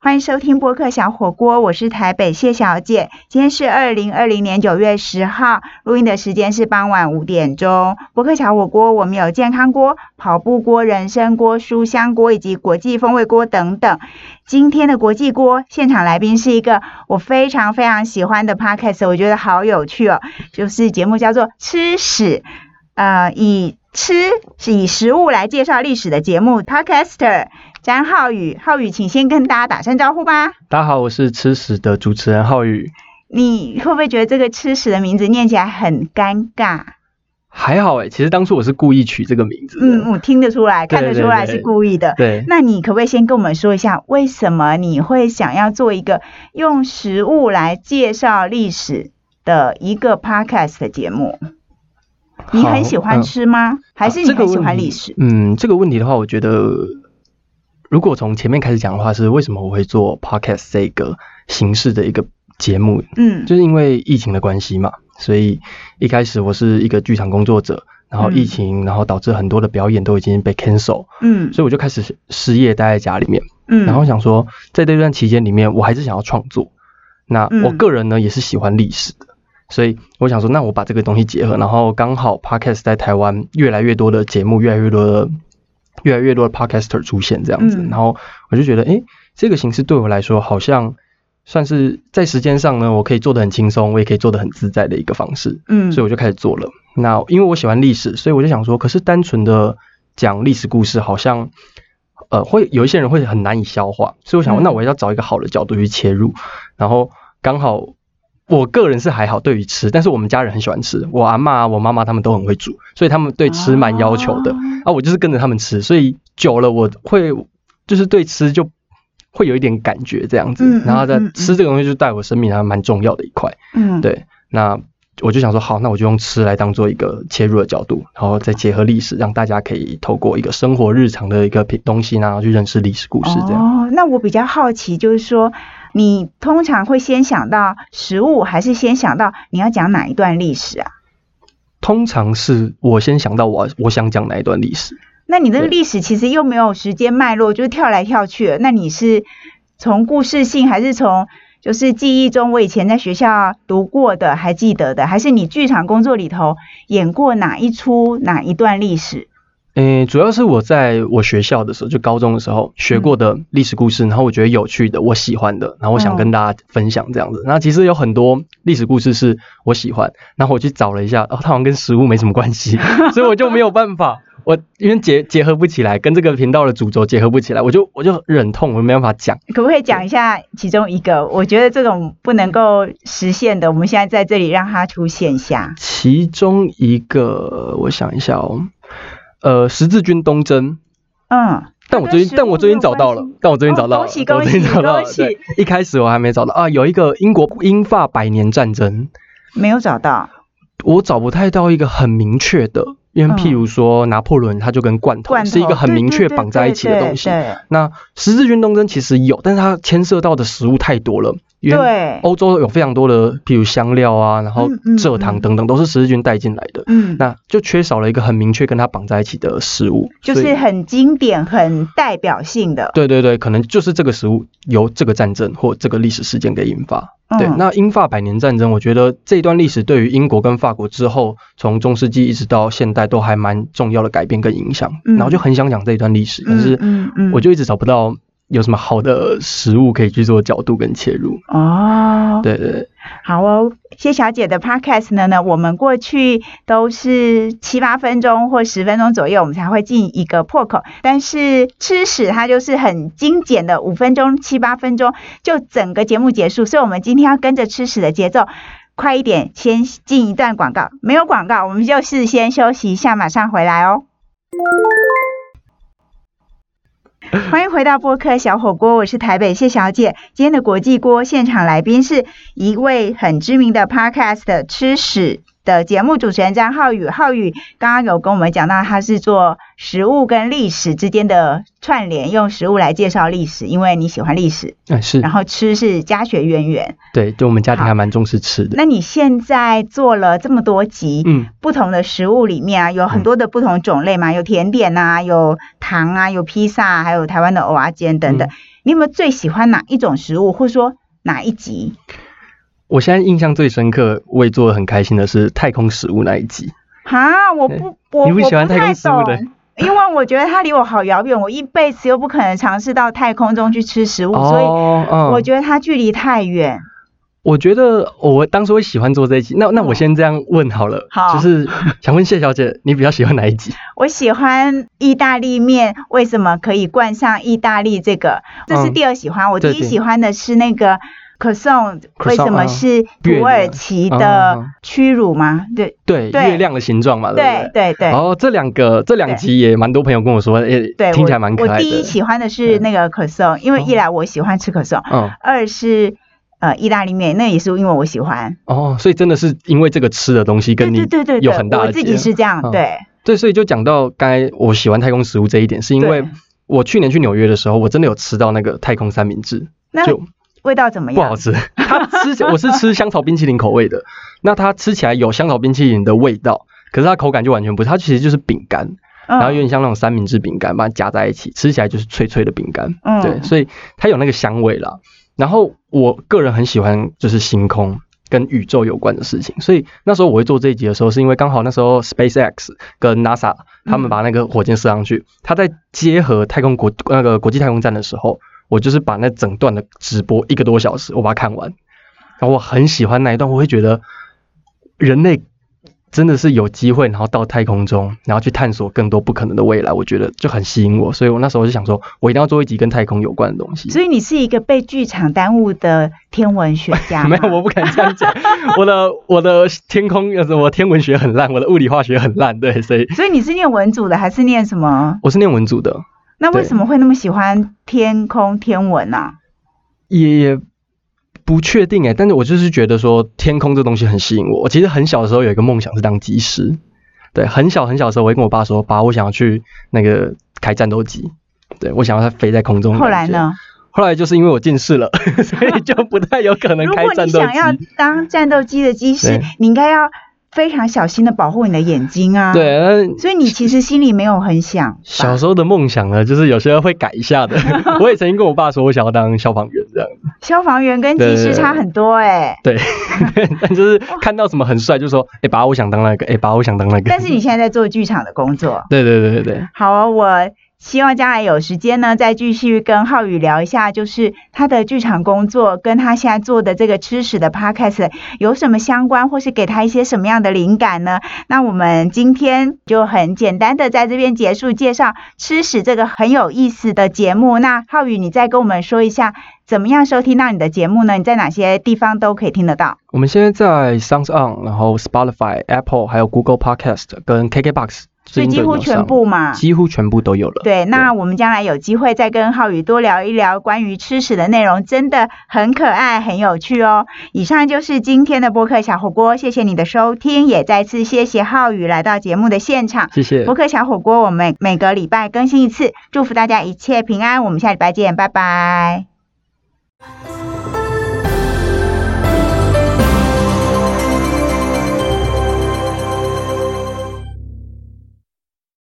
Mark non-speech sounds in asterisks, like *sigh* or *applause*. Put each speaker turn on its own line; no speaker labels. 欢迎收听播客小火锅，我是台北谢小姐。今天是二零二零年九月十号，录音的时间是傍晚五点钟。播客小火锅我们有健康锅、跑步锅、人参锅、书香锅以及国际风味锅等等。今天的国际锅现场来宾是一个我非常非常喜欢的 podcast，我觉得好有趣哦，就是节目叫做《吃屎》，呃，以吃是以食物来介绍历史的节目，podcaster 詹浩宇，浩宇，请先跟大家打声招呼吧。
大家好，我是吃屎的主持人浩宇。
你会不会觉得这个“吃屎”的名字念起来很尴尬？
还好哎，其实当初我是故意取这个名字的。
嗯，我听得出来，
对
看得出来
对
是故意的。
对，
那你可不可以先跟我们说一下，为什么你会想要做一个用食物来介绍历史的一个 podcast 的节目？你很喜欢
好嗯
吃吗？还是你
啊这
很
个
喜欢
问题
历史？
嗯，这个问题的话，我觉得如果从前面开始讲的话，是为什么我会做 podcast 这个形式的一个节目，
嗯
就是因为疫情的关系嘛，所以一开始我是一个剧场工作者，然后疫情，然后导致很多的表演都已经被 cancel，
嗯
所以我就开始失业，待在家里面。
嗯，
然后想说，在这段期间里面，我还是想要创作。那我
嗯
个人呢，也是喜欢历史的，所以我想说，那我把这个东西结合，然后刚好 podcast 在台湾越来越多的节目，越来越多的越来越多的 podcaster 出现这样子，
嗯
然后我就觉得，诶，这个形式对我来说好像算是在时间上呢，我可以做的很轻松，我也可以做的很自在的一个方式。
嗯
所以我就开始做了。那因为我喜欢历史，所以我就想说，可是单纯的讲历史故事，好像呃会有一些人会很难以消化，所以我想，
嗯
那我要找一个好的角度去切入。然后刚好我个人是还好对于吃，但是我们家人很喜欢吃，我阿妈、我妈妈他们都很会煮，所以他们对吃蛮要求的。
哦
啊，我就是跟着他们吃，所以久了我会就是对吃就。会有一点感觉这样子，
嗯嗯
然后在
嗯嗯
吃这个东西就在我生命上蛮重要的一块。
嗯，
对，那我就想说，好，那我就用吃来当做一个切入的角度，然后再结合历史，让大家可以透过一个生活日常的一个品东西，然后去认识历史故事这样。
哦，那我比较好奇，就是说，你通常会先想到食物，还是先想到你要讲哪一段历史啊？
通常是我先想到我我想讲哪一段历史，
那你的
对
历史其实又没有时间脉络，就是跳来跳去的。那你是从故事性，还是从就是记忆中我以前在学校读过的还记得的，还是你剧场工作里头演过哪一出哪一段历史？
诶，主要是我在我学校的时候，就高中的时候学过的历史故事，然后我觉得有趣的，我喜欢的，然后我想跟大家分享这样子。那其实有很多历史故事是我喜欢，然后我去找了一下，哦，它好像跟食物没什么关系，所以我就没有办法，我因为结结合不起来，跟这个频道的主轴结合不起来，我就我就忍痛，我没办法讲。
可不可以讲一下其中一个？我觉得这种不能够实现的，我们现在在这里让它出现一下。
其中一个，我想一下哦，呃，十字军东征，
嗯。
但我最
跟食物
近，但我最近
没有
找到了
关系，
但我最近
哦
找到了，
恭喜
但我
恭
最近
喜
找到了
恭喜
对，一开始我还没找到啊，有一个英国英法百年战争，
没有找到
我找不太到一个很明确的，因为譬如说拿破仑他就跟罐头
嗯罐头，
是一个很
对
明
对
确
对
绑在一起的
对
东西。
对
那十字军东征其实有，但是它牵涉到的食物太多了，因为
对，
欧洲有非常多的，譬如香料啊，然后
嗯嗯
蔗糖
嗯
等等，都是十字军带进来的。
嗯，
那就缺少了一个很明确跟它绑在一起的食物，
就
所以
是很经典、很代表性的。
对对对，可能就是这个食物由这个战争或这个历史事件给引发。对，
嗯
那英法百年战争，我觉得这段历史对于英国跟法国之后，从中世纪一直到现代都还蛮重要的改变跟影响。
嗯
然后就很想讲这一段历史，但是
嗯嗯嗯
我就一直找不到有什么好的食物可以去做角度跟切入。
哦，
对对对，
好哦，谢小姐的 podcast 呢呢，我们过去都是七八分钟或十分钟左右，我们才会进一个破口。但是吃屎它就是很精简的，五分钟、七八分钟就整个节目结束。所以我们今天要跟着吃屎的节奏。快一点，先进一段广告。没有广告，我们就是先休息一下，马上回来哦。欢迎回到播客小火锅，我是台北谢小姐。今天的国际锅现场来宾是一位很知名的 podcast 吃屎的节目主持人张浩宇。浩宇刚刚有跟我们讲到，他是做食物跟历史之间的串联，用食物来介绍历史，因为你喜欢历史，
哎是
然，后吃是家学渊源。
对，就我们家庭
好
还蛮重视吃的。
那你现在做了这么多集，
嗯，
不同的食物里面啊，有很多的不同种类嘛，有甜点啊，有糖啊，有披萨啊、还有台湾的蚵仔煎等等。你有没有最喜欢哪一种食物，或者说哪一集？
我现在印象最深刻，我也做的很开心的是太空食物那一集。
哈，我
对
不，
*laughs*
我
你不
我
喜欢太
太
空食物的
懂， *laughs* 因为我觉得它离我好遥远，我一辈子又不可能尝试到太空中去吃食物，哦所以
嗯
我觉得它距离太远。
我觉得我当初会喜欢做这一集，那那我先这样问好了，
嗯好
就是想问谢小姐，你比较喜欢哪一集？
我喜欢意大利面，为什么可以冠上意大利这个？这是
嗯
第二喜欢，我第
对
一
对
喜欢的是那个。可颂
Croissant，
为什么
嗯
是
月
土耳
亮
其
嗯嗯
的
嗯
屈辱吗？对
对，
*laughs* 对
月亮的形状嘛，对不
对
对？
对对，
哦，这两个这两集也蛮多朋友跟我说，诶，
对，
听
我
起来蛮可爱
我第一
的。
喜欢的是
嗯
那个可颂，因为一
哦
来我喜欢吃可颂，
嗯，
二是呃意大利面，那也是因为我喜欢。
哦，所以真的是因为这个吃的东西
对
跟你
对对对
有
对，
很大
我
的
自
结
己
合
是这样，
嗯
对
对，所以就讲到刚才我喜欢太空食物这一点，是因为
对
我去年去纽约的时候，我真的有吃到那个太空三明治，
那
就
味道怎么
不好
样？
*laughs* 吃。它吃起我是吃香草冰淇淋口味的，那它吃起来有香草冰淇淋的味道，可是它口感就完全不是，它其实就是饼干，然后有
嗯
点像那种三明治饼干，把它夹在一起，吃起来就是脆脆的饼干。
嗯
对，所以它有那个香味啦。然后我个人很喜欢就是星空跟宇宙有关的事情，所以那时候我会做这一集的时候，是因为刚好那时候 SpaceX 跟 NASA 他
嗯
们把那个火箭射上去，它在结合太空国那个国际太空站的时候，我就是把那整段的直播一个多小时，我把它看完，然后我很喜欢那一段，我会觉得人类真的是有机会，然后到太空中，然后去探索更多不可能的未来，我觉得就很吸引我，所以我那时候就想说，我一定要做一集跟太空有关的东西。
所以你是啊一个被剧场耽误的天文学家
没
吗，
有，我不敢这样讲。我的我的天空，呃，我天文学很烂，我的物理化学很烂，对，所以
所以你是念文组的还是念什么？
我是念文组的，
那为
对
什么会那么喜欢天空天文呢、
也也不确定哎，但是我就是觉得说天空这东西很吸引我。我其实很小的时候有一个梦想是当机师，对，很小很小的时候我会跟我爸说，爸，我想要去那个开战斗机，对我想要它飞在空中。
后来？呢？
后来就是因为我近视了， *laughs* 所以就不太有可能
如
开
果
战
你
斗
想要
机。
当战斗机的机师
对，
你应该要非常小心的保护你的眼睛啊。，
对，但
所以你其实心里没有很想吧。
小时候的梦想呢，就是有些会改一
*laughs*
下的。我也曾经跟我爸说，我想要当消防员这样。
消防员跟技师差很多哎、
对， *laughs* 但就是看到什么很帅，就说：“哎、爸，我想当那个。哎、爸，我想当 *laughs* 那个。”
但是你现在在做剧场的工作，
对对对对对，
好哦，我希望将来有时间呢，再继续跟浩宇聊一下，就是他的剧场工作跟他现在做的这个吃屎的 podcast 有什么相关，或是给他一些什么样的灵感呢？那我们今天就很简单的在这边结束介绍吃屎这个很有意思的节目。那浩宇，你再跟我们说一下，怎么样收听到你的节目呢？你在哪些地方都可以听得到？
我们现在在 Sounds On，然后 Spotify、Apple，还有 Google Podcast 跟 KKBox，
所以几乎全部嘛。
几乎全部都有了。
对，那我们将来有机会再跟浩宇多聊一聊关于吃屎的内容，真的很可爱，很有趣哦。以上就是今天的播客小火锅，谢谢你的收听，也再次谢谢浩宇来到节目的现场。
谢谢
播，客小火锅，我们每个礼拜更新一次，祝福大家一切平安，我们下礼拜见，拜拜。